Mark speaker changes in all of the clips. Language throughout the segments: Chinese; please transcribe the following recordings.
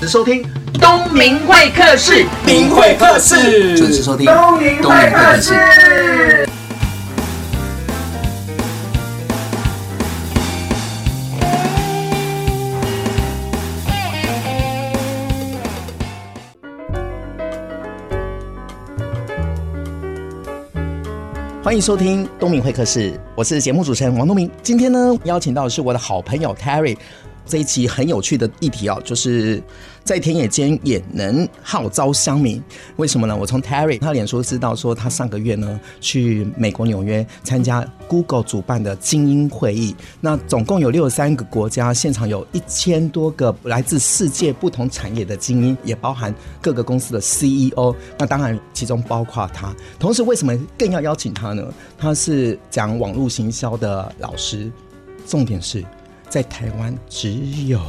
Speaker 1: 时收听东明会客室，
Speaker 2: 明会客室，
Speaker 3: 准时收听
Speaker 1: 东明会客室。
Speaker 2: 欢迎收听东明会客室，我是节目主持人王东明。今天呢，邀请到的是我的好朋友 Terry。这一期很有趣的议题哦，就是在田野间也能号召乡民。为什么呢？我从 Terry 他脸书知道说，他上个月呢去美国纽约参加 Google 主办的精英会议，那总共有六十三个国家，现场有一千多个来自世界不同产业的精英，也包含各个公司的 E CEO。那当然，其中包括他。同时，为什么更要邀请他呢？他是讲网络行销的老师，重点是。在台湾只有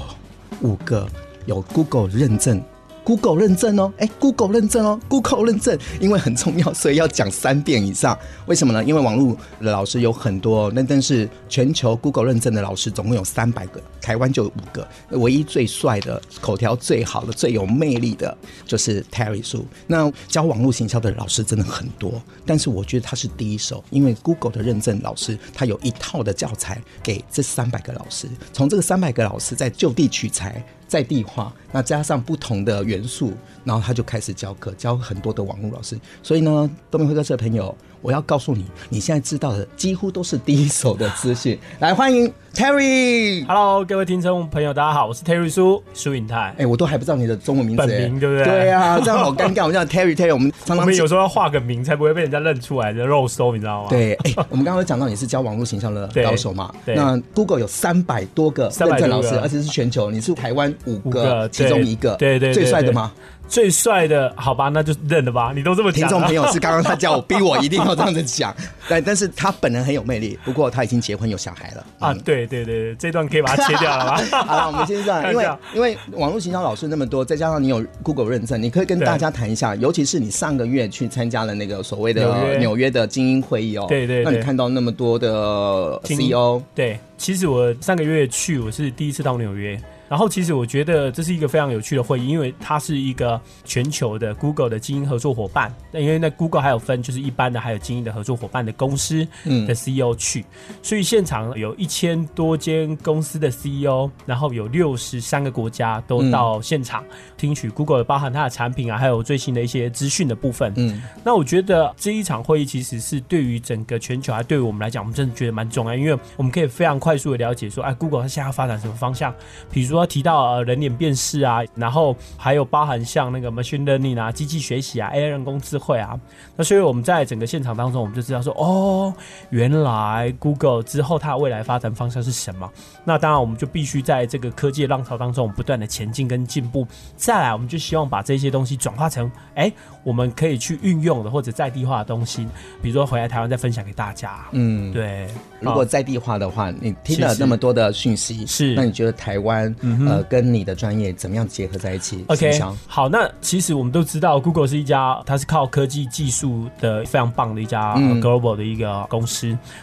Speaker 2: 五个有 Google 认证，Google 认证哦，哎，Google 认证哦，Google 认证，因为很重要，所以要讲三遍以上。为什么呢？因为网络的老师有很多，那但是全球 Google 认证的老师总共有三百个，台湾就有五个。唯一最帅的、口条最好的、最有魅力的，就是 Terry 叔。那教网络行销的老师真的很多，但是我觉得他是第一手，因为 Google 的认证老师，他有一套的教材给这三百个老师，从这个三百个老师在就地取材。在地化，那加上不同的元素，然后他就开始教课，教很多的网络老师。所以呢，东明会客室的朋友，我要告诉你，你现在知道的几乎都是第一手的资讯。来，欢迎 Terry。
Speaker 4: Hello，各位听众朋友，大家好，我是 Terry 苏苏允泰
Speaker 2: 哎、。我都还不知道你的中文名字、
Speaker 4: 本名
Speaker 2: 哎
Speaker 4: 对不对
Speaker 2: 对 啊，这样好尴尬。我们叫 Terry Terry，我们常
Speaker 4: 我
Speaker 2: 常
Speaker 4: 们有时候要画个名，才不会被人家认出来的肉搜，你知道吗？，
Speaker 2: 对，哎、我们刚刚有讲到你是教网络形象的
Speaker 4: 对
Speaker 2: 高手嘛？
Speaker 4: 对
Speaker 2: 那 Google 有三百多个认
Speaker 4: 300
Speaker 2: 证老
Speaker 4: 多
Speaker 2: 师，
Speaker 4: 个
Speaker 2: 而且是全球，你是台湾五
Speaker 4: 五
Speaker 2: 个
Speaker 4: 个
Speaker 2: 其中一个，
Speaker 4: 对对对
Speaker 2: 最帅的
Speaker 4: 对
Speaker 2: 吗？
Speaker 4: 最帅的，好吧，那就认了吧。你都这么
Speaker 2: 听
Speaker 4: 讲了，啊
Speaker 2: 众朋友是刚刚他叫我逼我一定要这样子 讲，但但是他本人很有魅力，不过他已经结婚有小孩了
Speaker 4: 啊，
Speaker 2: 嗯
Speaker 4: 对对对对，这段可以把它切掉了吧？
Speaker 2: 好了，我们先这样，
Speaker 4: 看
Speaker 2: 因
Speaker 4: 一
Speaker 2: 为
Speaker 4: 下
Speaker 2: 因为网络行销老师那么多，再加上你有 Google 认证，你可以跟
Speaker 4: 对
Speaker 2: 大家谈一下，尤其是你上个月去参加了那个所谓
Speaker 4: 纽
Speaker 2: 的
Speaker 4: 约
Speaker 2: 纽约的精英会议哦，
Speaker 4: 对对对
Speaker 2: 那你看到那么多的 E
Speaker 4: 精英
Speaker 2: CEO，
Speaker 4: 对，其实我上个月去，我是第一次到纽约。然后其实我觉得这是一个非常有趣的会议，因为它是一个全球的 Google 的精英合作伙伴。那因为那 Google 还有分就是一般的，还有精英的合作伙伴的公司的 CEO 去，所以现场有一千多间公司的 CEO，然后有六十三个国家都到现场、听取 Google 包含它的产品啊，还有最新的一些资讯的部分。
Speaker 2: 嗯，
Speaker 4: 那我觉得这一场会议其实是对于整个全球，还对于我们来讲，我们真的觉得蛮重要，因为我们可以非常快速的了解说，哎，Google 它现在要发展什么方向？比如说提到呃人脸辨识啊，然后还有包含像那个 machine learning 啊、机器学习啊、AI 人工智慧啊。那所以我们在整个现场当中，我们就知道说，哦，原来 Google 之后它的未来发展方向是什么？那当然，我们就必须在这个科技的浪潮当中，我们不断的前进跟进步。再来，我们就希望把这些东西转化成，哎、我们可以去运用的或者在地化的东西，比如说回来台湾再分享给大家。
Speaker 2: 嗯，
Speaker 4: 对，
Speaker 2: 如果
Speaker 4: 啊
Speaker 2: 在地化的话，你听了
Speaker 4: 是是
Speaker 2: 那么多的讯息，
Speaker 4: 是嗯
Speaker 2: 那你觉得台湾呃跟你的专业怎么样结合在一起
Speaker 4: OK，
Speaker 2: 行销
Speaker 4: 好，那其实我们都知道，Google 是一家，它是靠科技技术的非常棒的一家、呃
Speaker 2: 嗯
Speaker 4: global 的一个公司。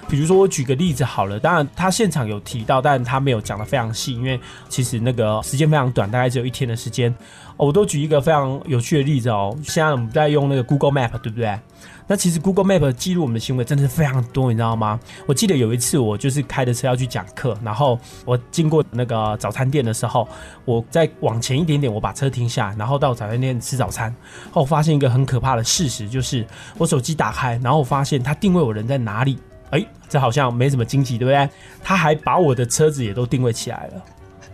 Speaker 4: 比如说，我举个例子好了，当然他现场有提到，但他没有讲的非常细，因为其实那个时间非常短，大概只有一天的时间。哦我都举一个非常有趣的例子哦，现在我们在用那个 Google Map，对不对？那其实 Google Map 记录我们的行为真的是非常多，你知道吗？我记得有一次我就是开着车要去讲课，然后我经过那个早餐店的时候，我再往前一点点，我把车停下，然后到早餐店吃早餐。后我发现一个很可怕的事实，就是我手机打开，然后我发现它定位我人在哪里。哎，这好像没什么惊奇，对不对？它还把我的车子也都定位起来了。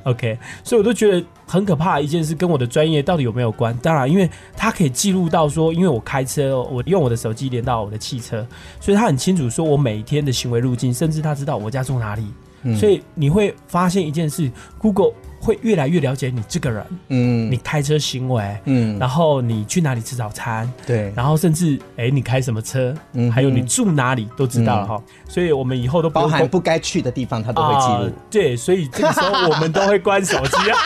Speaker 4: OK，所以我都觉得很可怕的一件事，跟我的专业到底有没有关？当然，因为它可以记录到说，因为我开车，我用我的手机连到我的汽车，所以它很清楚说我每一天的行为路径，甚至它知道我家住哪里。
Speaker 2: 嗯
Speaker 4: 所以你会发现一件事，Google 会越来越了解你这个人，
Speaker 2: 嗯
Speaker 4: 你开车行为，
Speaker 2: 嗯，
Speaker 4: 然后你去哪里吃早餐，
Speaker 2: 对，
Speaker 4: 然后甚至哎、你开什么车，
Speaker 2: 嗯哼嗯
Speaker 4: 还有你住哪里都知道了哈。所以我们以后都不
Speaker 2: 包
Speaker 4: 用
Speaker 2: 含
Speaker 4: 公
Speaker 2: 不该去的地方，他都会记
Speaker 4: 啊
Speaker 2: 录。
Speaker 4: 对，所以这个时候我们都会关手 机 啊，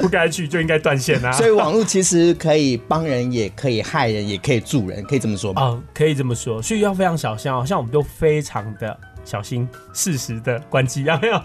Speaker 4: 不该去就应该断线啊。
Speaker 2: 所以网络其实可以帮人，也可以害人，也可以助人，可以这么说吧？
Speaker 4: 哦啊、可以这么说，所以要非常小心哦。像我们都非常的小心适时的关机，有没有？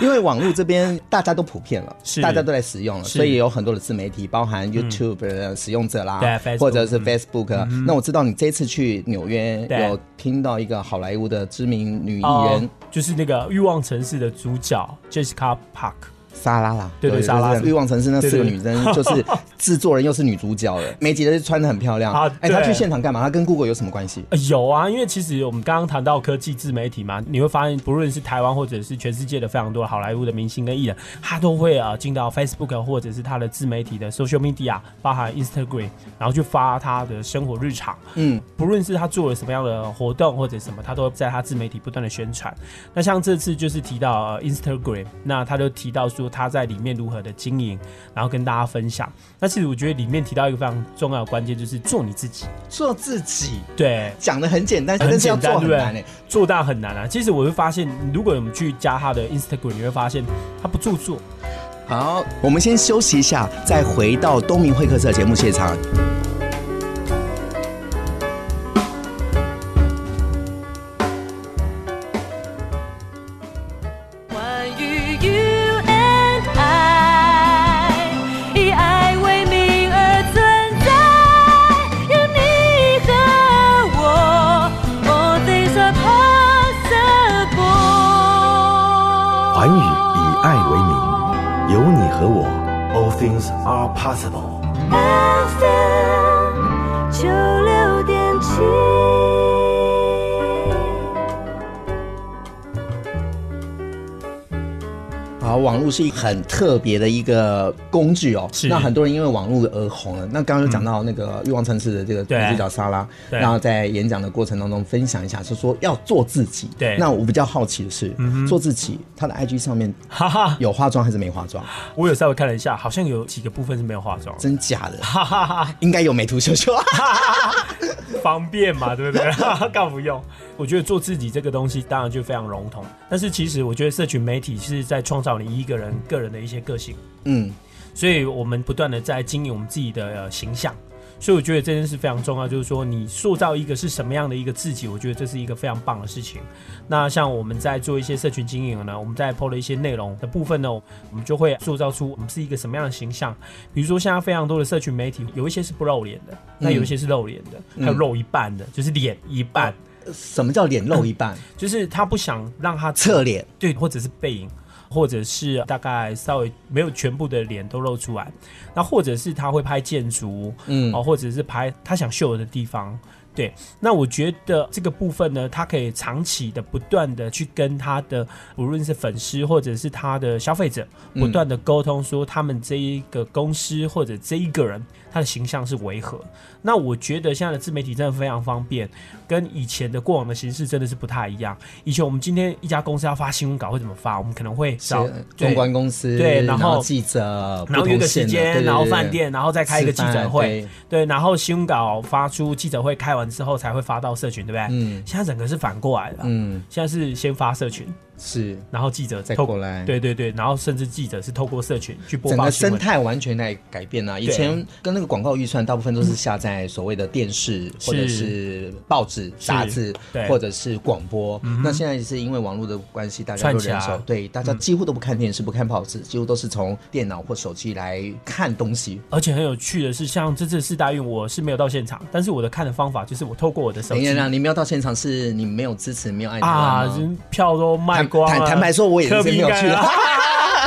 Speaker 2: 因为网络这边大家都普遍了，
Speaker 4: 是
Speaker 2: 大家都在使用了，
Speaker 4: 是嗯
Speaker 2: 所以也有很多的自媒体，包含 YouTube 的使用者啦，
Speaker 4: 对，Facebook，
Speaker 2: 或者是
Speaker 4: 嗯
Speaker 2: Facebook、那啊我知道你这次去纽约
Speaker 4: 对
Speaker 2: 有听到一个好莱坞的知名女艺
Speaker 4: 哦
Speaker 2: 人
Speaker 4: 就是那个《欲望城市》的主角 Jessica Park，
Speaker 2: 莎拉啦，
Speaker 4: 对对莎拉
Speaker 2: 就是欲望城市那四个
Speaker 4: 对对
Speaker 2: 女生，就是制作人又是女主角 了，梅姐就穿的很漂亮
Speaker 4: 啊。
Speaker 2: 哎，她
Speaker 4: 对
Speaker 2: 去现场干嘛？她跟 Google 有什么关系？
Speaker 4: 呃有啊，因为其实我们刚刚谈到科技自媒体嘛，你会发现，不论是台湾或者是全世界的非常多好莱坞的明星跟艺人，他都会啊进到 Facebook 或者是他的自媒体的 social media，包含 Instagram，然后去发他的生活日常。
Speaker 2: 嗯，
Speaker 4: 不论是他做了什么样的活动或者什么，他都会在他自媒体不断的宣传。那像这次就是提到、呃 Instagram，那他就提到说他在里面如何的经营，然后跟大家分享。那其实我觉得里面提到一个非常重要的关键，就是做你自己。
Speaker 2: 做自己
Speaker 4: 对，
Speaker 2: 讲的很简单，
Speaker 4: 很
Speaker 2: 哎但是要
Speaker 4: 简单
Speaker 2: 做很
Speaker 4: 对不对
Speaker 2: 难哎。
Speaker 4: 做大很难啊。其实我会发现，如果我们去加他的 Instagram，你会发现他不做作。
Speaker 2: 好，我们先休息一下，再回到东明会客室的节目现场。
Speaker 3: 关于 You and I，以爱为名而存在，有你和我，All things are possible。
Speaker 5: 环宇以爱为名，有你和我，All things are possible。
Speaker 3: FM 九六点七。
Speaker 2: 好，啊网络是一个很特别的一个工具哦。
Speaker 4: 是
Speaker 2: 那很多人因为网络而红了。那刚刚有讲到那个欲望城市的这个
Speaker 4: 对
Speaker 2: 女主角莎拉，
Speaker 4: 对
Speaker 2: 然后在演讲的过程当中分享一下，是说要做自己。
Speaker 4: 对嗯
Speaker 2: 那我比较好奇的是，做自己，她的 IG 上面
Speaker 4: 哈哈，
Speaker 2: 有化妆还是没化妆？
Speaker 4: 我有稍微看了一下，好像有几个部分是没有 化妆，
Speaker 2: 真假的？
Speaker 4: 哈哈哈。
Speaker 2: 应该有美图秀秀。啊
Speaker 4: 方便嘛，对不对？ 干不用。我觉得做自己这个东西，当然就非常笼统。但是其实我觉得社群媒体是在创造你一个人个人的一些个性，
Speaker 2: 嗯，
Speaker 4: 所以我们不断的在经营我们自己的、呃、形象。所以我觉得这件事非常重要，就是说你塑造一个是什么样的一个自己，我觉得这是一个非常棒的事情。那像我们在做一些社群经营呢，我们在 PO 的一些内容的部分呢，我们就会塑造出我们是一个什么样的形象。比如说现在非常多的社群媒体，有一些是不露脸的，那有一些是露脸的，还有露一半的，就是脸一半，
Speaker 2: 什么叫脸露一
Speaker 4: 嗯
Speaker 2: 半？
Speaker 4: 就是他不想让他
Speaker 2: 侧脸。
Speaker 4: 对，或者是背影，或者是大概稍微没有全部的脸都露出来，那或者是他会拍建筑，
Speaker 2: 嗯
Speaker 4: 哦，或者是拍他想秀的地方。对，那我觉得这个部分呢，他可以长期的、不断的去跟他的无论是粉丝或者是他的消费者，
Speaker 2: 嗯
Speaker 4: 不断的沟通，说他们这一个公司或者这一个人他的形象是违和。那我觉得现在的自媒体真的非常方便，跟以前的过往的形式真的是不太一样。以前我们今天一家公司要发新闻稿会怎么发？我们可能会找
Speaker 2: 是呃
Speaker 4: 对
Speaker 2: 公关公司，
Speaker 4: 对然
Speaker 2: 然
Speaker 4: 后
Speaker 2: 记者，
Speaker 4: 然后
Speaker 2: 不
Speaker 4: 约
Speaker 2: 同
Speaker 4: 个
Speaker 2: 线
Speaker 4: 时
Speaker 2: 的
Speaker 4: 间，
Speaker 2: 对
Speaker 4: 然后
Speaker 2: 对对
Speaker 4: 饭店，然后再开一个记者会
Speaker 2: 吃饭，
Speaker 4: 对，然后新闻稿发出，记者会开完之后才会发到社群，对不对？
Speaker 2: 嗯
Speaker 4: 现在整个是反过来的，
Speaker 2: 嗯，
Speaker 4: 现在是先发社群，
Speaker 2: 是
Speaker 4: 然后记者
Speaker 2: 再
Speaker 4: 透
Speaker 2: 过来
Speaker 4: 对对对，然后甚至记者是透过社群去播
Speaker 2: 整
Speaker 4: 报
Speaker 2: 个
Speaker 4: 新
Speaker 2: 生
Speaker 4: 闻。
Speaker 2: 态完全在改变啊！以前跟那个广告预算，大部分都是下在所谓的电视或者是报纸、杂志
Speaker 4: 对，嗯
Speaker 2: 或者是广播。那现在是因为网络的关系，大家都
Speaker 4: 串起来
Speaker 2: 人手，对，大家几乎都不看电视、不看报纸，几乎都是从电脑或手机来看东西。
Speaker 4: 而且很有趣的是，像这次四大运，我是没有到现场，但是我的看的方法就是我透过我的手
Speaker 2: 等一
Speaker 4: 机
Speaker 2: 下，你没有到现场，是你没有支持，没有爱台
Speaker 4: 啊
Speaker 2: 湾吗，
Speaker 4: 票都卖
Speaker 2: 坦
Speaker 4: 光
Speaker 2: 坦
Speaker 4: 了。
Speaker 2: 坦白说，我也是
Speaker 4: 科比
Speaker 2: 没有去
Speaker 4: 干
Speaker 2: 了
Speaker 4: 啊。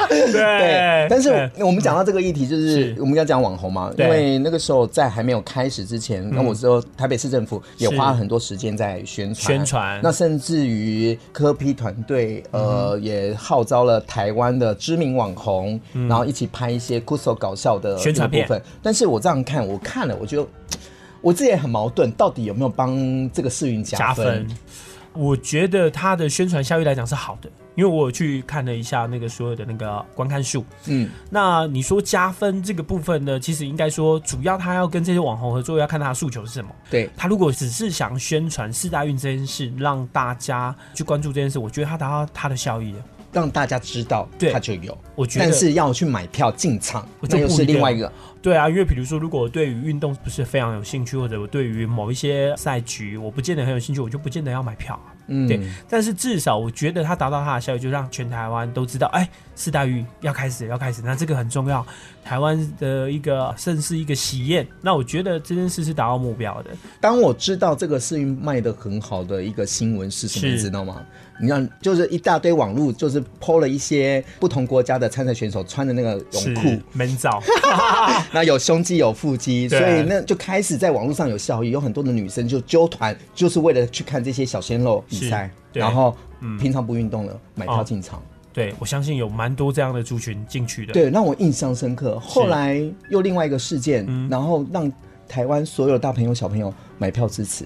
Speaker 4: 对
Speaker 2: 对，，但是
Speaker 4: 对
Speaker 2: 我我们讲到这个议题，就是
Speaker 4: 哎嗯是
Speaker 2: 我们要讲网红嘛，
Speaker 4: 对嗯
Speaker 2: 因为那个时候在还没有开始之前，那我知道台北市政府也
Speaker 4: 是
Speaker 2: 花了很多时间在宣传，
Speaker 4: 宣传嗯
Speaker 2: 那甚至于科批团队，呃，也号召了台湾的知名网红，然后一起拍一些酷手搞笑的
Speaker 4: 嗯宣传
Speaker 2: 这个部
Speaker 4: 片
Speaker 2: 分。但是我这样看，我看了，我就。我自己也很矛盾，到底有没有帮这个世运
Speaker 4: 加
Speaker 2: 加
Speaker 4: 分
Speaker 2: 分？。
Speaker 4: 我觉得它的宣传效益来讲是好的，因为我有去看了一下那个所有的那个观看数。
Speaker 2: 嗯，
Speaker 4: 那你说加分这个部分呢，其实应该说主要他要跟这些网红合作，要看他的诉求是什么。
Speaker 2: 对，
Speaker 4: 他如果只是想宣传四大运这件事，让大家去关注这件事，我觉得他达到他的效益了。
Speaker 2: 让大家知道，
Speaker 4: 对
Speaker 2: 它就有。
Speaker 4: 我觉得
Speaker 2: 但是要去买票进场，
Speaker 4: 我就
Speaker 2: 那又
Speaker 4: 不
Speaker 2: 是
Speaker 4: 一定
Speaker 2: 另外一个。
Speaker 4: 对啊，因为比如说，如果我对于运动不是非常有兴趣，或者我对于某一些赛局我不见得很有兴趣，我就不见得要买票啊、
Speaker 2: 嗯
Speaker 4: 对，但是至少我觉得它达到它的效益，就让全台湾都知道，哎，四大运要开始了要开始，那这个很重要。台湾的一个甚是一个喜宴，那我觉得这件事是达到目标的。
Speaker 2: 当我知道这个是卖的很好的一个新闻是什么，
Speaker 4: 是
Speaker 2: 你知道吗？你看，就是一大堆网络，就是抛了一些不同国家的参赛选手穿的那个泳裤，啊
Speaker 4: 闷 燥，
Speaker 2: 那有胸肌有腹肌，所
Speaker 4: 对
Speaker 2: 以那就开始在网络上有效益，有很多的女生就揪团，就是为了去看这些小鲜肉比赛，
Speaker 4: 是对哦
Speaker 2: 然后平常不运动了，买票进场。
Speaker 4: 对我相信有蛮多这样的族群进去的。，
Speaker 2: 对，让我印象深刻。后来又另外一个事件，
Speaker 4: 嗯
Speaker 2: 然后让台湾所有的大朋友小朋友买票支持。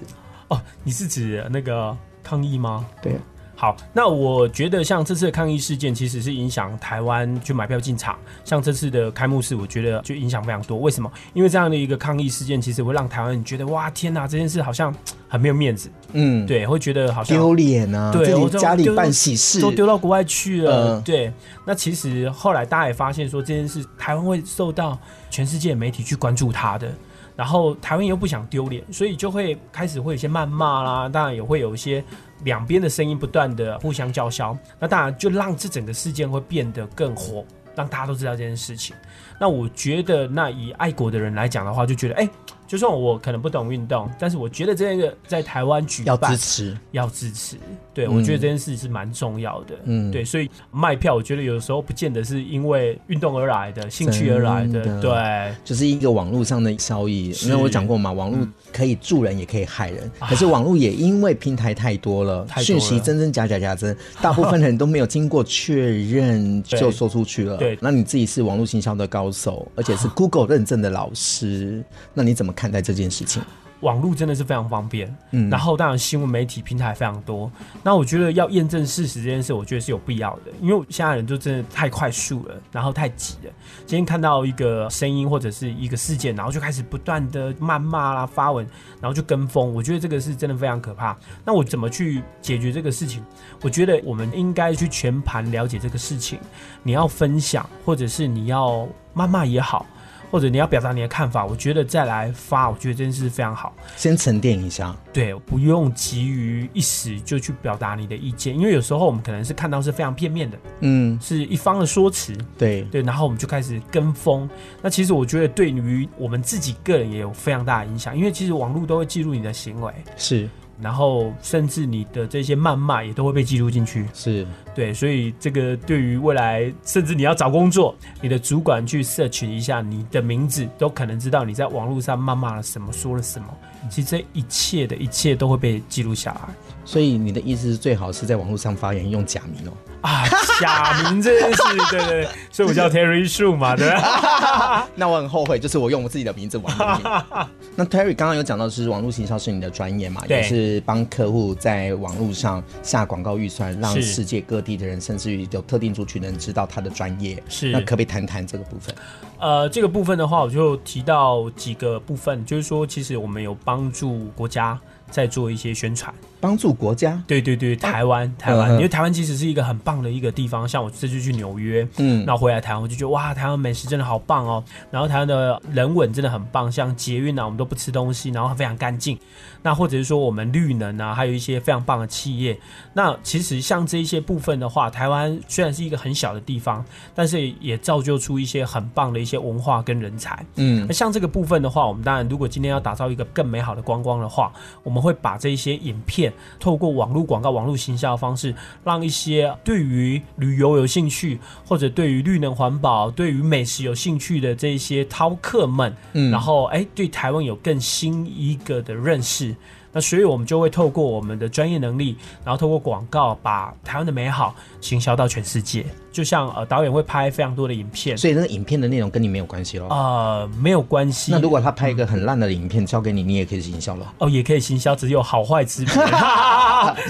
Speaker 4: 哦，你是指那个抗议吗？
Speaker 2: 对，
Speaker 4: 好，那我觉得像这次的抗议事件，其实是影响台湾去买票进场。像这次的开幕式，我觉得就影响非常多。为什么？因为这样的一个抗议事件，其实会让台湾人觉得哇，天哪，这件事好像嘖很没有面子，
Speaker 2: 嗯，
Speaker 4: 对，会觉得好像
Speaker 2: 丢脸啊！
Speaker 4: 对
Speaker 2: 自
Speaker 4: 我
Speaker 2: 己
Speaker 4: 都
Speaker 2: 家里
Speaker 4: 丢
Speaker 2: 办喜事，
Speaker 4: 都丢到国外去了。
Speaker 2: 嗯
Speaker 4: 对，那其实后来大家也发现说，这件事台湾会受到全世界媒体去关注它的。然后台湾又不想丢脸，所以就会开始会有一些谩骂啦，当然也会有一些两边的声音不断的互相叫嚣。那当然就让这整个事件会变得更火，让大家都知道这件事情。那我觉得，那以爱国的人来讲的话，就觉得，哎，就算我可能不懂运动，但是我觉得这个在台湾举
Speaker 2: 要
Speaker 4: 办
Speaker 2: 支持。
Speaker 4: 要支持。对，
Speaker 2: 嗯
Speaker 4: 我觉得这件事是蛮重要的。
Speaker 2: 嗯
Speaker 4: 嗯，对，所以卖票，我觉得有时候不见得是因为运动而来的，兴趣而来的。
Speaker 2: 真的
Speaker 4: 对，
Speaker 2: 就是一个网络上的效益，因为我讲过嘛，网
Speaker 4: 嗯
Speaker 2: 络可以助人也可以害人，可是网络也因为平台太多了，
Speaker 4: 啊太多
Speaker 2: 讯
Speaker 4: 了
Speaker 2: 息真真假假假真，大部分人都没有经过确认
Speaker 4: 对
Speaker 2: 就说出去了。
Speaker 4: 对啊
Speaker 2: 那你自己是网络行销的高手，而且是 Google 认证的老师，那你怎么看待这件事情？
Speaker 4: 网络真的是非常方便。
Speaker 2: 嗯
Speaker 4: 嗯，然后当然新闻媒体平台非常多。那我觉得要验证事实这件事，我觉得是有必要的，因为现在人就真的太快速了，然后太急了。今天看到一个声音或者是一个事件，然后就开始不断的谩骂啦、发文，然后就跟风。我觉得这个是真的非常可怕。那我怎么去解决这个事情？我觉得我们应该去全盘了解这个事情。你要分享，或者是你要谩骂也好。或者你要表达你的看法，我觉得再来发，我觉得这件事非常好。
Speaker 2: 先沉淀一下，
Speaker 4: 对，不用急于一时就去表达你的意见，因为有时候我们可能是看到是非常片面的，
Speaker 2: 嗯，
Speaker 4: 是一方的说辞，
Speaker 2: 对，
Speaker 4: 对，然后我们就开始跟风。那其实我觉得对于我们自己个人也有非常大的影响，因为其实网络都会记录你的行为，
Speaker 2: 是
Speaker 4: 然后甚至你的这些谩骂也都会被记录进去。
Speaker 2: 是，
Speaker 4: 对，所以这个对于未来，甚至你要找工作，你的主管去 search 一下你的名字，都可能知道你在网络上谩骂了什么，说了什么。
Speaker 2: 嗯
Speaker 4: 其实这一切的一切都会被记录 下来
Speaker 2: 所以你的意思是最好是在网络上发言用假名哦。
Speaker 4: 啊。假名这件事，对对对，所以我叫 Terry Shu 嘛，对 吧？
Speaker 2: 那我很后悔，就是我用我自己的名字网络名。 那 Terry 刚刚有讲到，就是网络行销是你的专业嘛，
Speaker 4: 对
Speaker 2: 也是帮客户在网络上下广告预算，让
Speaker 4: 是
Speaker 2: 世界各地的人，甚至于有特定族群的人知道他的专业。
Speaker 4: 是
Speaker 2: 那可不可以谈谈这个部分？
Speaker 4: 呃，这个部分的话，我就提到几个部分，就是说，其实我们有帮助国家在做一些宣传。
Speaker 2: 帮助国家，
Speaker 4: 对对对，台湾，台湾，
Speaker 2: 嗯嗯
Speaker 4: 因为台湾其实是一个很棒的一个地方。像我这次去纽约，
Speaker 2: 嗯
Speaker 4: 嗯，那回来台湾我就觉得哇，台湾美食真的好棒哦，然后台湾的人文真的很棒，像捷运啊，我们都不吃东西，然后非常干净。那或者是说我们绿能啊，还有一些非常棒的企业。那其实像这一些部分的话，台湾虽然是一个很小的地方，但是也造就出一些很棒的一些文化跟人才。
Speaker 2: 嗯
Speaker 4: 那，像这个部分的话，我们当然如果今天要打造一个更美好的观光的话，我们会把这一些影片透过网络广告、网络行销的方式，让一些对于旅游有兴趣，或者对于绿能环保、对于美食有兴趣的这一些饕客们，
Speaker 2: 嗯
Speaker 4: 然后哎，对台湾有更新一个的认识。那所以我们就会透过我们的专业能力，然后透过广告把台湾的美好行销到全世界。就像呃导演会拍非常多的影片，
Speaker 2: 所以那个影片的内容跟你没有关系咯。
Speaker 4: 呃没有关系。
Speaker 2: 那如果他拍一个很烂的影片交给你，你也可以行销了。
Speaker 4: 哦，也可以行销，只有好坏之别，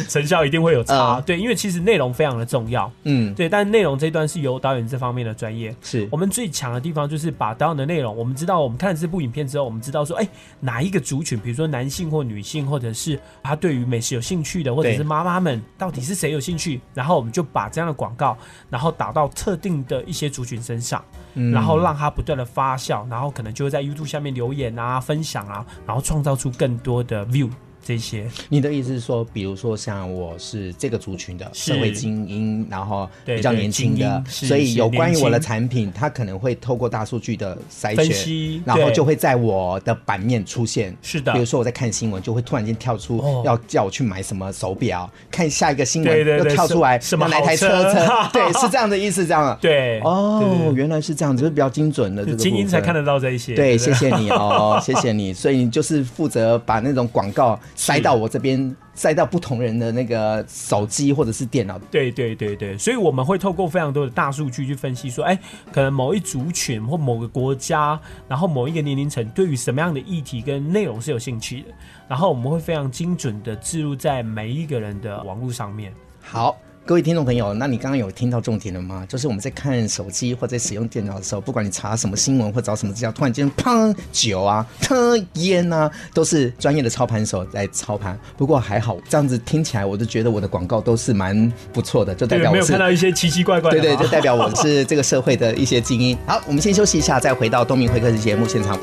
Speaker 4: 成效一定会有差。
Speaker 2: 嗯
Speaker 4: 对，因为其实内容非常的重要，
Speaker 2: 嗯，
Speaker 4: 对，但内容这一段是由导演这方面的专业。
Speaker 2: 是
Speaker 4: 我们最强的地方就是把导演的内容，我们知道，我们看了这部影片之后，我们知道说，哎、哪一个族群，比如说男性或女性，或者是他对于美食有兴趣的，或者
Speaker 2: 对
Speaker 4: 是妈妈们，到底是谁有兴趣？然后我们就把这样的广告，然后打到特定的一些族群身上，
Speaker 2: 嗯
Speaker 4: 然后让它不断的发酵，然后可能就会在 YouTube 下面留言啊、分享啊，然后创造出更多的 view。这些。
Speaker 2: 你的意思是说，比如说像我是这个族群的
Speaker 4: 是
Speaker 2: 社会精英，然后
Speaker 4: 对
Speaker 2: 比较
Speaker 4: 对
Speaker 2: 年轻
Speaker 4: 精
Speaker 2: 的，
Speaker 4: 英是
Speaker 2: 所以
Speaker 4: 是
Speaker 2: 有关于
Speaker 4: 年
Speaker 2: 我的
Speaker 4: 轻
Speaker 2: 产品，它可能会透过大数据的筛
Speaker 4: 分
Speaker 2: 选
Speaker 4: 析，
Speaker 2: 然后
Speaker 4: 对
Speaker 2: 就会在我的版面出现。
Speaker 4: 是的
Speaker 2: 比如说我在看新闻，就会突然间跳出
Speaker 4: 哦
Speaker 2: 要叫我去买什么手表，看下一个新
Speaker 4: 对
Speaker 2: 闻
Speaker 4: 对
Speaker 2: 又
Speaker 4: 对
Speaker 2: 跳
Speaker 4: 什
Speaker 2: 出来
Speaker 4: 什么
Speaker 2: 要哪
Speaker 4: 好
Speaker 2: 台车
Speaker 4: 车
Speaker 2: 车， 对，是这样的意思，这样的。
Speaker 4: 对，对对
Speaker 2: 哦，
Speaker 4: 对
Speaker 2: 原来是这样，就是比较精准的这
Speaker 4: 就
Speaker 2: 个
Speaker 4: 精英才
Speaker 2: 部分
Speaker 4: 看得到这一些。
Speaker 2: 对，
Speaker 4: 不
Speaker 2: 谢谢你哦， 谢谢你。所以你就是负责把那种广告塞到我这边，塞到不同人的那个手机或者是电脑。
Speaker 4: 对对对对，所以我们会透过非常多的大数据去分析，说，哎，可能某一族群或某个国家，然后某一个年龄层，对于什么样的议题跟内容是有兴趣的，然后我们会非常精准的置入在每一个人的网络上面。
Speaker 2: 好，各位听众朋友，那你刚刚有听到重点了吗？就是我们在看手机或者使用电脑的时候，不管你查什么新闻或找什么资料，突然间砰，酒啊、特烟啊，都是专业的操盘手来操盘。不过还好，这样子听起来我就觉得我的广告都是蛮不错的，就代
Speaker 4: 对，
Speaker 2: 表
Speaker 4: 没
Speaker 2: 我
Speaker 4: 有
Speaker 2: 是
Speaker 4: 看到一些奇奇怪怪的
Speaker 2: 对
Speaker 4: 吗。
Speaker 2: 对，就代表我是这个社会的一些精英。好，我们先休息一下，再回到东明会客室节目现场。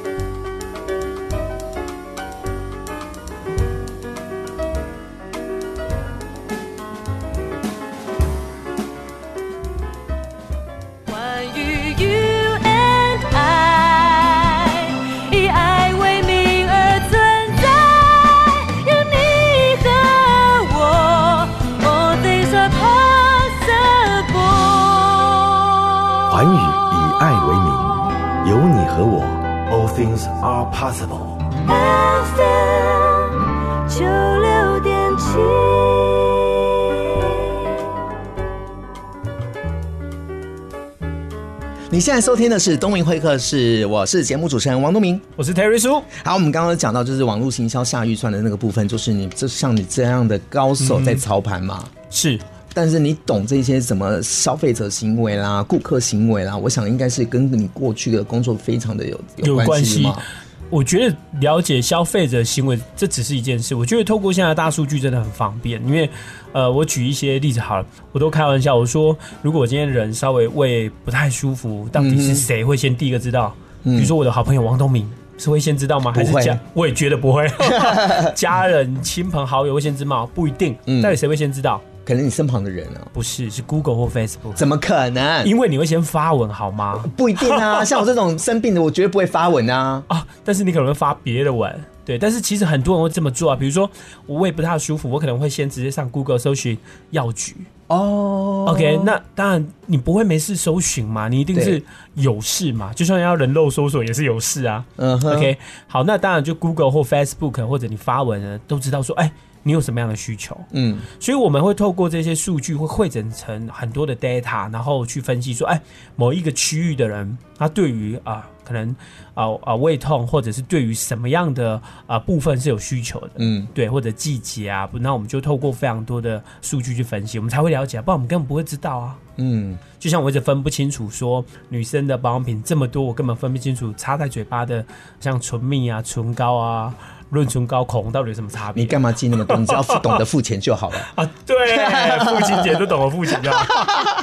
Speaker 3: 关于 You and I，以爱为名而存在，有你和我，All things are possible。
Speaker 5: 环宇以爱为名，有你和我，All things are possible。
Speaker 3: FM 九六点七。
Speaker 2: 你现在收听的是东明会客室，我是节目主持人王东明。
Speaker 4: 我是 Terry 叔，
Speaker 2: 好，我们刚刚讲到就是网络行销下预算的那个部分，就是你就像你这样的高手在操盘嘛。
Speaker 4: 是
Speaker 2: 但是你懂这些什么消费者行为啦、顾客行为啦，我想应该是跟你过去的工作非常的有
Speaker 4: 有
Speaker 2: 关
Speaker 4: 关系
Speaker 2: 嘛。
Speaker 4: 我觉得了解消费者行为这只是一件事，我觉得透过现在的大数据真的很方便。因为，呃，我举一些例子好了，我都开玩笑，我说如果我今天人稍微胃不太舒服，到底
Speaker 2: 嗯
Speaker 4: 是谁会先第一个知道？比如说我的好朋友王东明。是会先知道吗？还是
Speaker 2: 不会
Speaker 4: 家？我也觉 得不会，家人、亲朋好友会先知道吗？不一定。
Speaker 2: 嗯
Speaker 4: 到底谁会先知道？
Speaker 2: 可能你身旁的人啊，
Speaker 4: 不是，是 Google 或 Facebook，
Speaker 2: 怎么可能？
Speaker 4: 因为你会先发文好吗？
Speaker 2: 不一定啊，像我这种生病的，我绝对不会发文 啊。
Speaker 4: 啊，但是你可能会发别的文，对。但是其实很多人会这么做啊，比如说我胃不太舒服，我可能会先直接上 Google 搜寻药局。
Speaker 2: 哦
Speaker 4: OK，那当然你不会没事搜寻嘛，你一定是
Speaker 2: 对
Speaker 4: 有事嘛，就算要人肉搜索也是有事啊。
Speaker 2: 嗯哼
Speaker 4: OK，好，那当然就 Google 或 Facebook 或者你发文呢，都知道说，哎、你有什么样的需求？
Speaker 2: 嗯，
Speaker 4: 所以我们会透过这些数据，会汇整成很多的 data，然后去分析说，哎，某一个区域的人，他对于啊、可能啊啊、胃痛，或者是对于什么样的啊、部分是有需求的，
Speaker 2: 嗯，
Speaker 4: 对，或者季节啊，不那我们就透过非常多的数据去分析，我们才会了解，不然我们根本不会知道啊。
Speaker 2: 嗯，
Speaker 4: 就像我一直分不清楚说女生的保养品这么多，我根本分不清楚擦在嘴巴的像唇蜜啊、唇膏啊、润唇膏、口红到底有什么差别
Speaker 2: 你。干嘛记那么多？你只要付懂得付钱就好 了，
Speaker 4: 啊，对，父亲节都懂了父亲啊，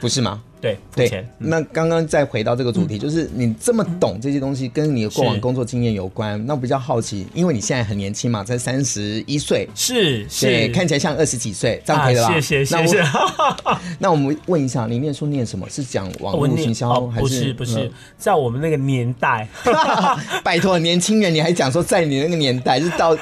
Speaker 2: 不是吗？
Speaker 4: 对，付
Speaker 2: 对
Speaker 4: 钱，，嗯
Speaker 2: 那刚刚再回到这个主题，就是你这么懂这些东西，跟你的过往
Speaker 4: 是
Speaker 2: 工作经验有关。那我比较好奇，因为你现在很年轻嘛，才三十一岁，
Speaker 4: 是
Speaker 2: 对，
Speaker 4: 是，
Speaker 2: 看
Speaker 4: 起
Speaker 2: 起来像二十几岁，这样可以了吧？
Speaker 4: 谢谢
Speaker 2: 那
Speaker 4: 谢
Speaker 2: 我
Speaker 4: 谢。
Speaker 2: 那我们问一下，你念书念什么？是讲网络行销
Speaker 4: 哦
Speaker 2: 还
Speaker 4: 不是不是
Speaker 2: 嗯，
Speaker 4: 在我们那个年代，
Speaker 2: 拜托，年轻人你还讲说在你那个年代，是到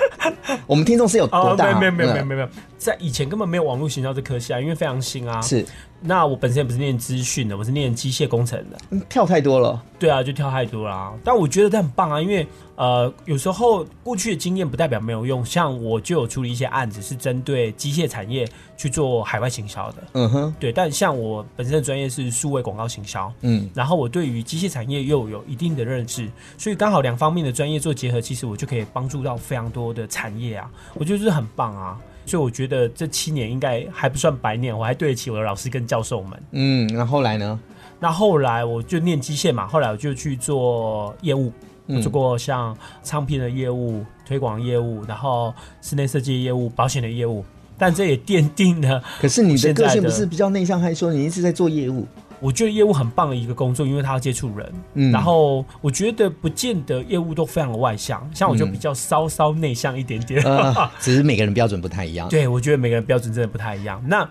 Speaker 2: 我们听众是有 多
Speaker 4: 哦，
Speaker 2: 大？
Speaker 4: 没有没有没有
Speaker 2: 嗯
Speaker 4: 没有没有，在以前根本没有网络行销这科系啊，因为非常新啊。
Speaker 2: 嗯是
Speaker 4: 那我本身也不是念资讯的，我是念机械工程的。
Speaker 2: 嗯跳太多了。
Speaker 4: 对啊，就跳太多啦、但我觉得它很棒啊，因为呃，有时候过去的经验不代表没有用。像我就有处理一些案子，是针对机械产业去做海外行销的。
Speaker 2: 嗯哼，
Speaker 4: 对，但像我本身的专业是数位广告行销，
Speaker 2: 嗯，
Speaker 4: 然后我对于机械产业又有一定的认识，所以刚好两方面的专业做结合，其实我就可以帮助到非常多的产业啊，我觉得这很棒啊。所以我觉得这七年应该还不算白念，我还对得起我的老师跟教授们。
Speaker 2: 嗯，那后来呢？
Speaker 4: 那后来我就念机械嘛，后来我就去做业务，我做过像唱片的业务、推广业务，然后室内设计的业务、保险的业务，但这也奠定了
Speaker 2: 可是你的
Speaker 4: 现在
Speaker 2: 个性
Speaker 4: 的
Speaker 2: 不是比较内向害羞，你一直在做业务，
Speaker 4: 我觉得业务很棒的一个工作，因为它要接触人。
Speaker 2: 嗯
Speaker 4: 然后我觉得不见得业务都非常的外向，像我就
Speaker 2: 嗯
Speaker 4: 比较稍稍内向一点 点。
Speaker 2: 呃，只是每个人标准不太一样。
Speaker 4: 对，我觉得每个人标准真的不太一样。那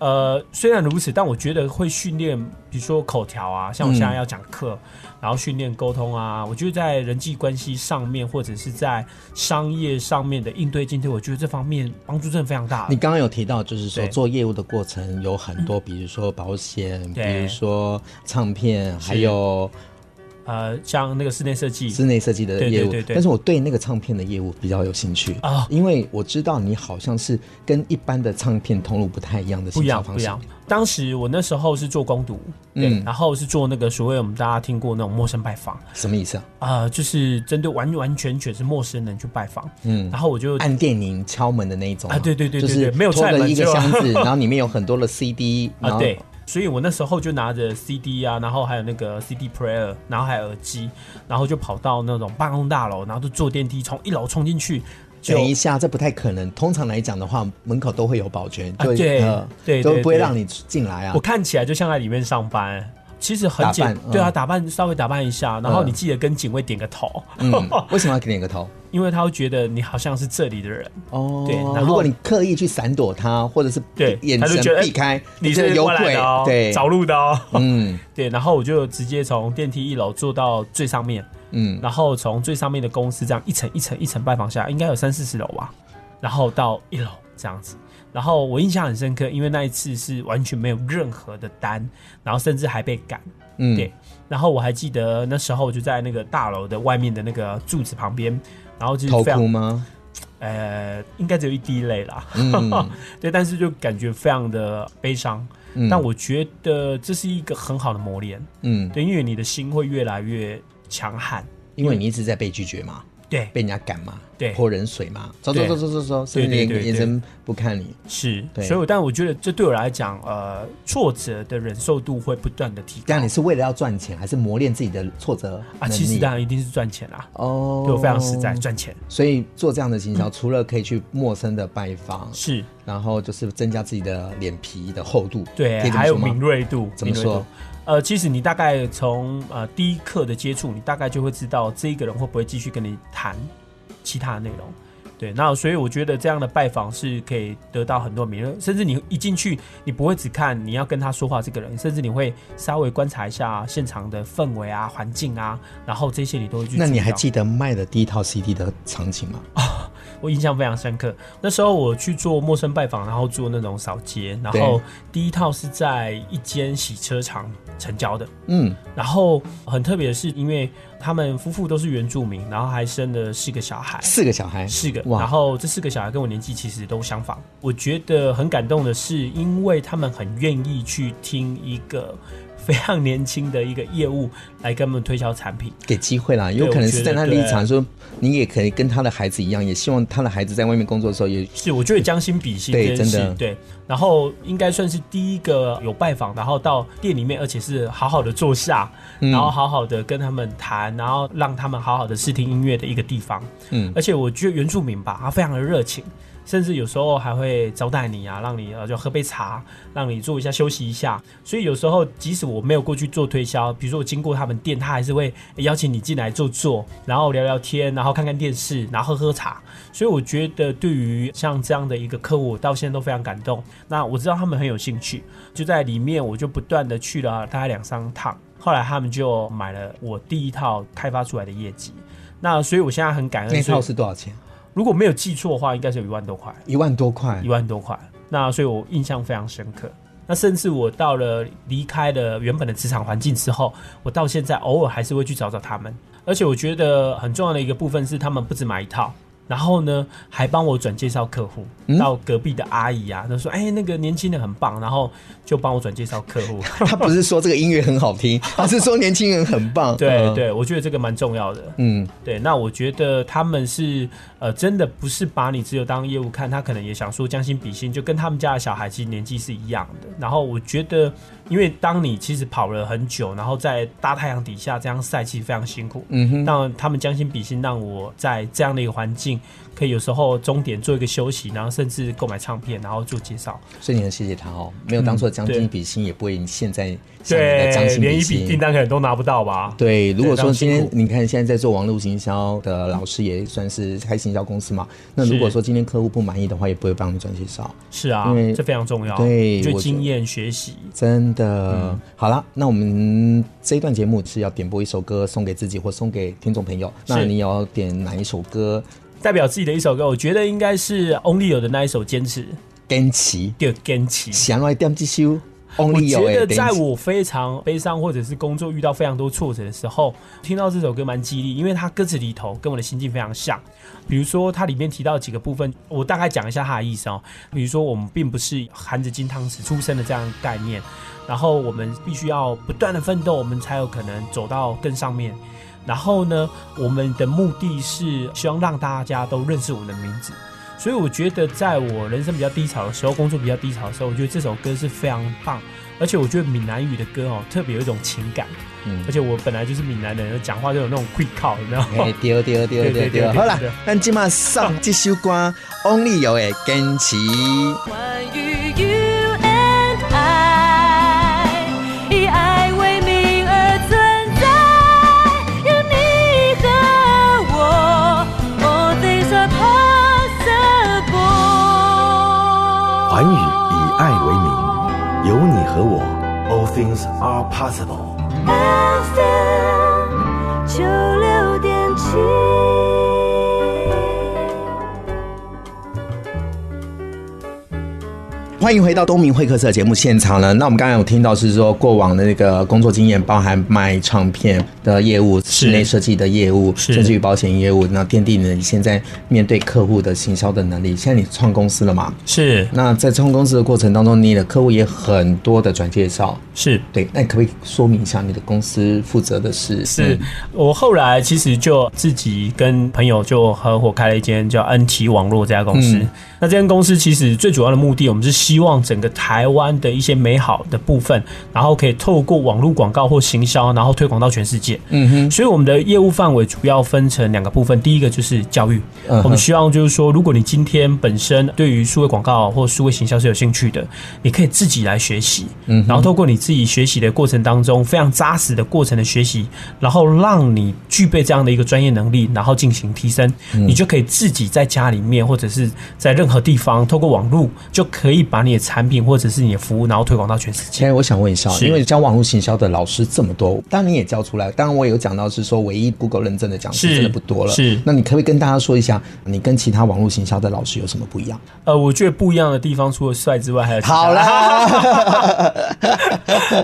Speaker 4: 呃，虽然如此，但我觉得会训练，比如说口条啊，像我现在要讲课，
Speaker 2: 嗯
Speaker 4: 然后训练沟通啊，我觉得在人际关系上面，或者是在商业上面的应对进退，我觉得这方面帮助真的非常大
Speaker 2: 你。刚刚有提到，就是说
Speaker 4: 对
Speaker 2: 做业务的过程有很多，比如说保险，比
Speaker 4: 对
Speaker 2: 如说唱片，还有
Speaker 4: 呃，像那个室内设计，
Speaker 2: 室内设计的
Speaker 4: 对对
Speaker 2: 业务
Speaker 4: 对。对
Speaker 2: 但是我对那个唱片的业务比较有兴趣
Speaker 4: 啊
Speaker 2: 因为我知道你好像是跟一般的唱片通路不太一样的
Speaker 4: 不
Speaker 2: 行
Speaker 4: 一
Speaker 2: 销
Speaker 4: 样，
Speaker 2: 方
Speaker 4: 不一
Speaker 2: 式
Speaker 4: 样。。当时我那时候是做攻读，对，
Speaker 2: 嗯
Speaker 4: 然后是做那个所谓我们大家听过那种陌生拜访，
Speaker 2: 什么意思啊？
Speaker 4: 啊，就是针对完完全全是陌生人去拜访，
Speaker 2: 嗯
Speaker 4: 嗯，然后我就
Speaker 2: 按电铃敲门的那一种吗
Speaker 4: 啊对对对对
Speaker 2: 就是
Speaker 4: 对没有
Speaker 2: 拖
Speaker 4: 踹
Speaker 2: 了
Speaker 4: 门
Speaker 2: 一个
Speaker 4: 就
Speaker 2: 箱 子，然后里面有很多的 CD，然
Speaker 4: 啊
Speaker 2: 后
Speaker 4: 对，所以我那时候就拿着 CD 啊，然后还有那个 CD player，然后还有耳机，然后就跑到那种办公大楼，然后就坐电梯从一楼冲进去，就
Speaker 2: 等一下，这不太可能。通常来讲的话，门口都会有保全，
Speaker 4: 啊
Speaker 2: 就、
Speaker 4: 对
Speaker 2: 呃
Speaker 4: 对
Speaker 2: 都
Speaker 4: 对
Speaker 2: 不会
Speaker 4: 对
Speaker 2: 让你进来啊
Speaker 4: 我。看起来就像在里面上班。其实很
Speaker 2: 打
Speaker 4: 简
Speaker 2: 扮，嗯
Speaker 4: 对啊，打扮稍微打扮一下，然后
Speaker 2: 嗯
Speaker 4: 你记得跟警卫点个头，
Speaker 2: 嗯，为什么要给你个头？
Speaker 4: 因为他会觉得你好像是这里的人，
Speaker 2: 哦，
Speaker 4: 对然后
Speaker 2: 如果你刻意去闪躲他，或者是
Speaker 4: 对
Speaker 2: 眼
Speaker 4: 他就觉
Speaker 2: 神
Speaker 4: 得哎
Speaker 2: 避开，觉
Speaker 4: 你是
Speaker 2: 得有
Speaker 4: 过来
Speaker 2: 鬼
Speaker 4: 的哦，，
Speaker 2: 对，
Speaker 4: 找路的哦。
Speaker 2: 嗯
Speaker 4: 对，然后我就直接从电梯一楼坐到最上面，
Speaker 2: 嗯，
Speaker 4: 然后从最上面的公司这样一层一层一层拜访下来，应该有三四十楼吧，然后到一楼这样子。然后我印象很深刻，因为那一次是完全没有任何的单，然后甚至还被赶。
Speaker 2: 嗯
Speaker 4: 对，然后我还记得那时候我就在那个大楼的外面的那个柱子旁边，然后就是
Speaker 2: 头
Speaker 4: 非
Speaker 2: 哭
Speaker 4: 常
Speaker 2: 吗？
Speaker 4: 呃，应该只有一滴泪啦。
Speaker 2: 嗯
Speaker 4: 对，但是就感觉非常的悲伤。
Speaker 2: 嗯
Speaker 4: 但我觉得这是一个很好的磨练，
Speaker 2: 嗯，
Speaker 4: 对，因为你的心会越来越强悍。
Speaker 2: 因为你一直在被拒绝嘛，
Speaker 4: 对，
Speaker 2: 被人家赶嘛，
Speaker 4: 对
Speaker 2: 泼冷水嘛，走走
Speaker 4: 对
Speaker 2: 走走走走，甚
Speaker 4: 对
Speaker 2: 至连
Speaker 4: 对对对
Speaker 2: 眼神不看你。
Speaker 4: 是，
Speaker 2: 对
Speaker 4: 所以我但我觉得这对我来讲，呃，挫折的忍受度会不断的提高
Speaker 2: 但你是为了要赚钱，还是磨练自己的挫折
Speaker 4: 啊。
Speaker 2: 能
Speaker 4: 其实
Speaker 2: 力
Speaker 4: 当然一定是赚钱啦，
Speaker 2: 哦，
Speaker 4: 对我非常实在，赚钱
Speaker 2: 所以做这样的
Speaker 4: 嗯
Speaker 2: 行销，除了可以去陌生的拜访，
Speaker 4: 是
Speaker 2: 然后就是增加自己的脸皮的厚度，可
Speaker 4: 对，
Speaker 2: 以这么
Speaker 4: 还有
Speaker 2: 说吗
Speaker 4: 敏锐度，
Speaker 2: 怎么
Speaker 4: 敏锐度
Speaker 2: 说？
Speaker 4: 呃，其实你大概从呃第一课的接触，你大概就会知道这一个人会不会继续跟你谈其他的内容。对，那所以我觉得这样的拜访是可以得到很多敏锐，甚至你一进去，你不会只看你要跟他说话这个人，甚至你会稍微观察一下现场的氛围啊、环境啊，然后这些你都会去注意到。哦
Speaker 2: 那你还记得卖的第一套 CD 的场景吗？
Speaker 4: 我印象非常深刻。那时候我去做陌生拜访，然后做那种扫街，然后第一套是在一间洗车厂成交的。
Speaker 2: 嗯，
Speaker 4: 然后很特别的是，因为他们夫妇都是原住民，然后还生了四个小孩。
Speaker 2: 四个小孩，
Speaker 4: 四个，
Speaker 2: 哇
Speaker 4: 然后这四个小孩跟我年纪其实都相仿。我觉得很感动的是，因为他们很愿意去听一个非常年轻的一个业务来跟他们推销产品。
Speaker 2: 给机会啦，有可能是在他
Speaker 4: 我觉
Speaker 2: 立
Speaker 4: 得
Speaker 2: 场说，你也可以跟他的孩子一样，也希望他的孩子在外面工作的时候 也
Speaker 4: 是，我觉得将心比心
Speaker 2: 对
Speaker 4: 这件
Speaker 2: 真的
Speaker 4: 事，对。然后应该算是第一个有拜访，然后到店里面，而且是好好的坐下，
Speaker 2: 嗯
Speaker 4: 然后好好的跟他们谈，然后让他们好好的试听音乐的一个地方。
Speaker 2: 嗯
Speaker 4: 而且我觉得原住民吧，他非常的热情。甚至有时候还会招待你啊，让你呃就喝杯茶，让你坐一下休息一下。所以有时候即使我没有过去做推销，比如说我经过他们店，他还是会欸邀请你进来坐坐，然后聊聊天，然后看看电视，然后喝喝茶。所以我觉得对于像这样的一个客户，我到现在都非常感动。那我知道他们很有兴趣，就在里面我就不断的去了大概两三趟，后来他们就买了我第一套开发出来的业绩。那所以我现在很感恩。
Speaker 2: 那
Speaker 4: 所以
Speaker 2: 套是多少钱？
Speaker 4: 如果没有记错的话，应该是有一万多块，
Speaker 2: 一万多块
Speaker 4: 一，万多块。那所以我印象非常深刻。那甚至我到了离开了原本的职场环境之后，我到现在偶尔还是会去找找他们。而且我觉得很重要的一个部分是，他们不止买一套，然后呢还帮我转介绍客户到隔壁的阿姨啊，她说：“哎、那个年轻人很棒。”然后就帮我转介绍客户。
Speaker 2: 他不是说这个音乐很好听，而是说年轻人很棒。
Speaker 4: 对
Speaker 2: 嗯，
Speaker 4: 对，我觉得这个蛮重要的。
Speaker 2: 嗯，
Speaker 4: 对，那我觉得他们是呃，真的不是把你只有当业务看，他可能也想说将心比心，就跟他们家的小孩其实年纪是一样的。然后我觉得，因为当你其实跑了很久，然后在大太阳底下这样晒，其实非常辛苦。嗯哼，让他们将心比心，让我在这样的一个环境，境，可以有时候终点做一个休息，然后甚至购买唱片，然后做介绍。
Speaker 2: 所以你很谢谢他哦，没有当初的将心
Speaker 4: 嗯对
Speaker 2: 比心，也不会现在像你的将
Speaker 4: 对，
Speaker 2: 心
Speaker 4: 连
Speaker 2: 比
Speaker 4: 一笔
Speaker 2: 心
Speaker 4: 订。单可能都拿不到吧？
Speaker 2: 对，如果说
Speaker 4: 非常
Speaker 2: 今
Speaker 4: 辛
Speaker 2: 天
Speaker 4: 苦
Speaker 2: 你看现在在做网络行销的老师也算是开行销公司嘛，那如果
Speaker 4: 是
Speaker 2: 说今天客户不满意的话，也不会帮你转介绍。
Speaker 4: 是啊
Speaker 2: 因为，
Speaker 4: 这非常重要。
Speaker 2: 对
Speaker 4: 就
Speaker 2: 我觉得
Speaker 4: 经验学习。
Speaker 2: 真的，
Speaker 4: 嗯
Speaker 2: 好啦，那我们这一段节目是要点播一首歌送给自己或送给听众朋友。那你要点哪一首歌？
Speaker 4: 代表自己的一首歌，我觉得应该是 Only 有的那一首《坚持》，
Speaker 2: 坚持，
Speaker 4: 叫《坚持》。
Speaker 2: 想来点这首。
Speaker 4: 我
Speaker 2: Only 哎
Speaker 4: 觉
Speaker 2: 有诶，
Speaker 4: 得在我非常悲伤或者是工作遇到非常多挫折的时候，听到这首歌蛮激励，因为它歌词里头跟我的心境非常像。比如说它里面提到几个部分，我大概讲一下它的意思哦。比如说我们并不是含着金汤匙出生的这样的概念，然后我们必须要不断的奋斗，我们才有可能走到更上面。然后呢，我们的目的是希望让大家都认识我们的名字。所以我觉得，在我人生比较低潮的时候，工作比较低潮的时候，我觉得这首歌是非常棒。而且我觉得闽南语的歌哦，特别有一种情感。
Speaker 2: 嗯
Speaker 4: 而且我本来就是闽南人，讲话就有那种会靠，有没
Speaker 2: 嘿
Speaker 4: 有？
Speaker 2: 对对对对
Speaker 4: 对对
Speaker 2: 对，
Speaker 4: 对
Speaker 2: 好啦
Speaker 4: 对对，
Speaker 2: 咱今嘛上这首歌 Only 哎有诶，坚持。
Speaker 3: 关于 you and I，以爱为名而存在，有你和我，All things are possible。
Speaker 5: 环宇以爱为名，有你和我，All things are possible。
Speaker 3: FM 九六点七。
Speaker 2: 欢迎回到东明会客室的节目现场了。那我们刚才有听到是说过往的那个工作经验，包含卖唱片的业务、室内设计的业务，
Speaker 4: 是
Speaker 2: 甚至于保险业务，那奠定了你现在面对客户的行销的能力。现在你创公司了嘛？
Speaker 4: 是
Speaker 2: 那在创公司的过程当中，你的客户也很多的转介绍。
Speaker 4: 是
Speaker 2: 对，那你可不可以说明一下你的公司负责的是？
Speaker 4: 是
Speaker 2: 嗯，
Speaker 4: 我后来其实就自己跟朋友就合伙开了一间叫 NT 网络这家公司。
Speaker 2: 嗯
Speaker 4: 那这间公司其实最主要的目的，我们是希望整个台湾的一些美好的部分，然后可以透过网络广告或行销，然后推广到全世界。
Speaker 2: 嗯哼，
Speaker 4: 所以我们的业务范围主要分成两个部分，第一个就是教育，
Speaker 2: 嗯哼
Speaker 4: 我们希望就是说，如果你今天本身对于数位广告或数位行销是有兴趣的，你可以自己来学习，嗯，然后透过你自己学习的过程当中，非常扎实的过程的学习，然后让你具备这样的一个专业能力，然后进行提升，你就可以自己在家里面或者是在任何地方，透过网络就可以把你的产品或者是你的服务，然后推广到全世界。
Speaker 2: 现在我想问一下，
Speaker 4: 是
Speaker 2: 因为教网络行销的老师这么多，当然你也教出来，当然我有讲到是说唯一 Google 认证的讲师
Speaker 4: 是
Speaker 2: 真的不多了。
Speaker 4: 是
Speaker 2: 那你可不可以跟大家说一下，你跟其他网络行销的老师有什么不一样？
Speaker 4: 呃，我觉得不一样的地方，除了帅之外，还有其他
Speaker 2: 好 啦，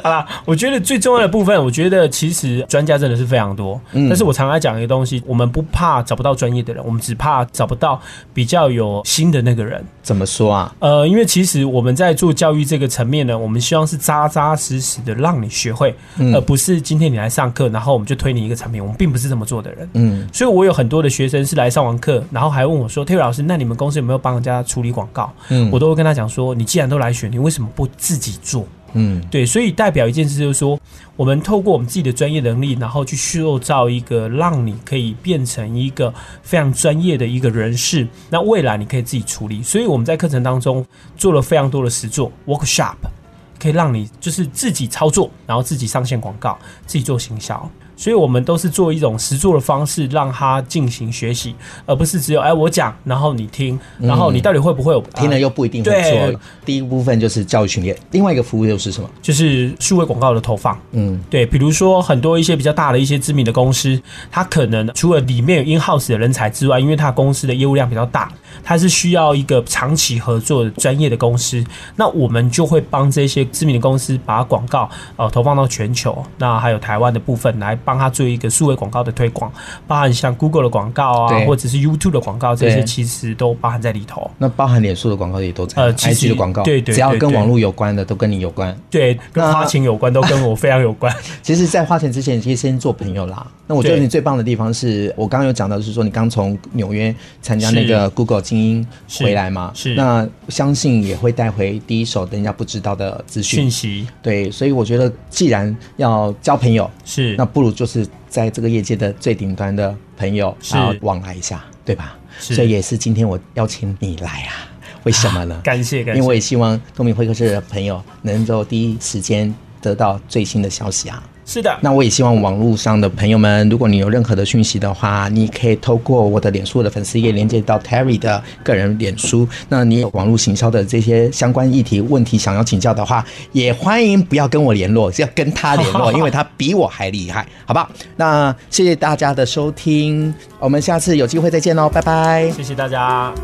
Speaker 4: 好啦，我觉得最重要的部分，我觉得其实专家真的是非常多。
Speaker 2: 嗯
Speaker 4: 但是我常常讲一个东西，我们不怕找不到专业的人，我们只怕找不到比较有心的那个人。
Speaker 2: 怎么说啊？
Speaker 4: 呃，因为其实我们在做教育这个层面呢，我们希望是扎扎实实的让你学会，
Speaker 2: 嗯
Speaker 4: 而不是今天你来上课，然后我们就推你一个产品，我们并不是这么做的人。
Speaker 2: 嗯，
Speaker 4: 所以我有很多的学生是来上完课，然后还问我说：“Terry 老师，那你们公司有没有帮人家处理广告？”
Speaker 2: 嗯
Speaker 4: 我都会跟他讲说：“你既然都来学，你为什么不自己做？”
Speaker 2: 嗯，
Speaker 4: 对，所以代表一件事就是说，我们透过我们自己的专业能力，然后去塑造一个让你可以变成一个非常专业的一个人士，那未来你可以自己处理。所以我们在课程当中做了非常多的实作 workshop，可以让你就是自己操作，然后自己上线广告，自己做行销。所以我们都是做一种实作的方式，让他进行学习，而不是只有哎我讲，然后你听，然后你到底会不会有、
Speaker 2: 嗯听了
Speaker 4: 呃
Speaker 2: 又不一定会
Speaker 4: 对
Speaker 2: 做。第一个部分就是教育训练，另外一个服务又是什么？
Speaker 4: 就是数位广告的投放。
Speaker 2: 嗯，
Speaker 4: 对，比如说很多一些比较大的一些知名的公司，它可能除了里面有 in house 的人才之外，因为它公司的业务量比较大，它是需要一个长期合作的专业的公司。那我们就会帮这些知名的公司把广告呃投放到全球，那还有台湾的部分来帮它做一个数位广告的推广，包含像 Google 的广告啊
Speaker 2: 对，
Speaker 4: 或者是 YouTube 的广告，这
Speaker 2: 对
Speaker 4: 些其实都包含在里头。
Speaker 2: 那包含脸书的广告也都在
Speaker 4: 呃其实
Speaker 2: ，IG 的广告，
Speaker 4: 对对
Speaker 2: 只要
Speaker 4: 对
Speaker 2: 跟
Speaker 4: 对
Speaker 2: 网络有关的都跟你有关。
Speaker 4: 对，
Speaker 2: 那
Speaker 4: 跟花钱有关，都跟我非常有关。
Speaker 2: 其实，在花钱之前，你可以先做朋友啦。那我觉得
Speaker 4: 对
Speaker 2: 你最棒的地方是我刚刚有讲到，是说你刚从纽约参加那个
Speaker 4: 是
Speaker 2: Google 精英回来嘛，
Speaker 4: 是是
Speaker 2: 那相信也会带回第一手人家不知道的资
Speaker 4: 讯
Speaker 2: 讯。
Speaker 4: 息
Speaker 2: 对，所以我觉得既然要交朋友，
Speaker 4: 是
Speaker 2: 那不如就是在这个业界的最顶端的朋友，
Speaker 4: 是
Speaker 2: 然后往来一下，对吧？
Speaker 4: 是
Speaker 2: 所以也是今天我邀请你来啊，为什么呢？
Speaker 4: 感谢感谢
Speaker 2: 因为我也希望东明会客室的朋友能够第一时间得到最新的消息啊。
Speaker 4: 是的，
Speaker 2: 那我也希望网络上的朋友们，如果你有任何的讯息的话，你可以透过我的脸书的粉丝页连接到 Terry 的个人脸书。那你有网络行销的这些相关议题问题想要请教的话，也欢迎不要跟我联络，是要跟他联络，因为他比我还厉害，好不好？那谢谢大家的收听，我们下次有机会再见喽，拜拜。
Speaker 4: 谢谢大家。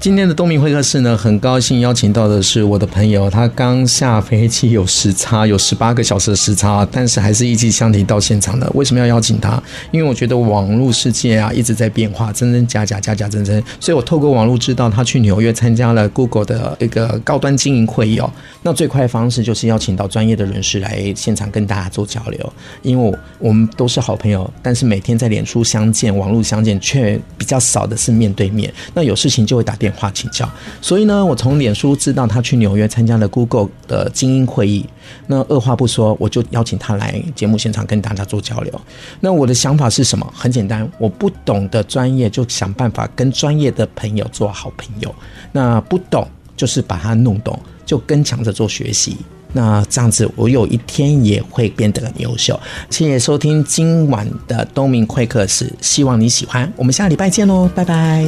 Speaker 2: 今天的东明会客室呢，很高兴邀请到的是我的朋友，他刚下飞机有时差，有十八个小时的时差，但是还是一骑相提到现场的。为什么要邀请他？因为我觉得网络世界啊一直在变化，真真假假，假假真真，所以我透过网络知道他去纽约参加了 Google 的一个高端经营会议哦。那最快的方式就是邀请到专业的人士来现场跟大家做交流，因为我们都是好朋友，但是每天在脸书相见、网络相见，却比较少的是面对面。那有事情就会打电话请教。所以呢，我从脸书知道他去纽约参加了 Google 的精英会议，那二话不说，我就邀请他来节目现场跟大家做交流。那我的想法是什么？很简单，我不懂的专业就想办法跟专业的朋友做好朋友，那不懂就是把它弄懂，就跟强着做学习。那这样子，我有一天也会变得很优秀。谢谢收听今晚的东明会客室，希望你喜欢。我们下礼拜见喽，拜拜。